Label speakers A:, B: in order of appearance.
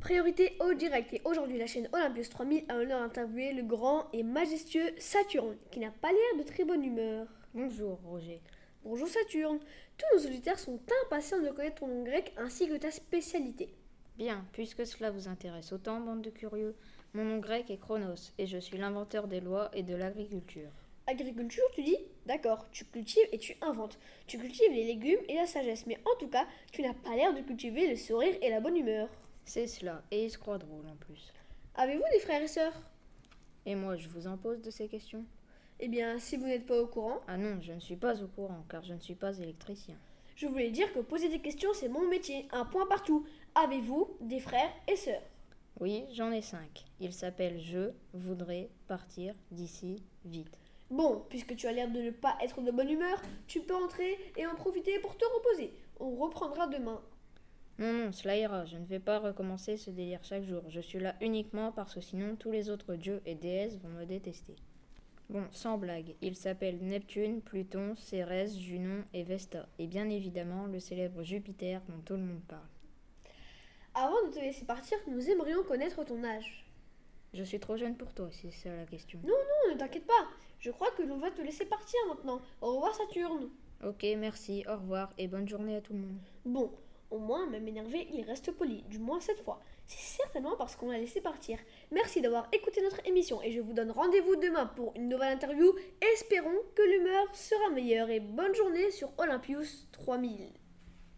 A: Priorité au direct et aujourd'hui la chaîne Olympus 3000 a l'honneur d'interviewer le grand et majestueux Saturne qui n'a pas l'air de très bonne humeur.
B: Bonjour Roger.
A: Bonjour Saturne, tous nos auditeurs sont impatients de connaître ton nom grec ainsi que ta spécialité.
B: Bien, puisque cela vous intéresse autant, bande de curieux, mon nom grec est Chronos et je suis l'inventeur des lois et de l'agriculture.
A: Agriculture, tu dis D'accord, tu cultives et tu inventes. Tu cultives les légumes et la sagesse, mais en tout cas, tu n'as pas l'air de cultiver le sourire et la bonne humeur.
B: C'est cela, et il se croit drôle en plus.
A: Avez-vous des frères et sœurs
B: Et moi, je vous en pose de ces questions
A: Eh bien, si vous n'êtes pas au courant,
B: Ah non, je ne suis pas au courant, car je ne suis pas électricien.
A: je voulais dire que poser des questions, c'est mon métier, un point partout. Avez-vous des frères et sœurs
B: Oui, j'en ai cinq. Ils s'appellent Je voudrais partir d'ici vite.
A: Bon, puisque tu as l'air de ne pas être de bonne humeur, tu peux entrer et en profiter pour te reposer. On reprendra demain.
B: Non, non, cela ira, je ne vais pas recommencer ce délire chaque jour. Je suis là uniquement parce que sinon tous les autres dieux et déesses vont me détester. Bon, sans blague, ils s'appellent Neptune, Pluton, Cérès, Junon et Vesta. Et bien évidemment, le célèbre Jupiter dont tout le monde parle.
A: Avant de te laisser partir, nous aimerions connaître ton âge.
B: Je suis trop jeune pour toi, si c'est ça la question.
A: Non, ne t'inquiète pas, je crois que l'on va te laisser partir maintenant. Au revoir Saturne.
B: Ok, merci, au revoir et bonne journée à tout le monde.
A: Bon, au moins, même énervé, il reste poli, du moins cette fois. C'est certainement parce qu'on l'a laissé partir. Merci d'avoir écouté notre émission et je vous donne rendez-vous demain pour une nouvelle interview. Espérons que l'humeur sera meilleure et bonne journée sur Olympius 3000.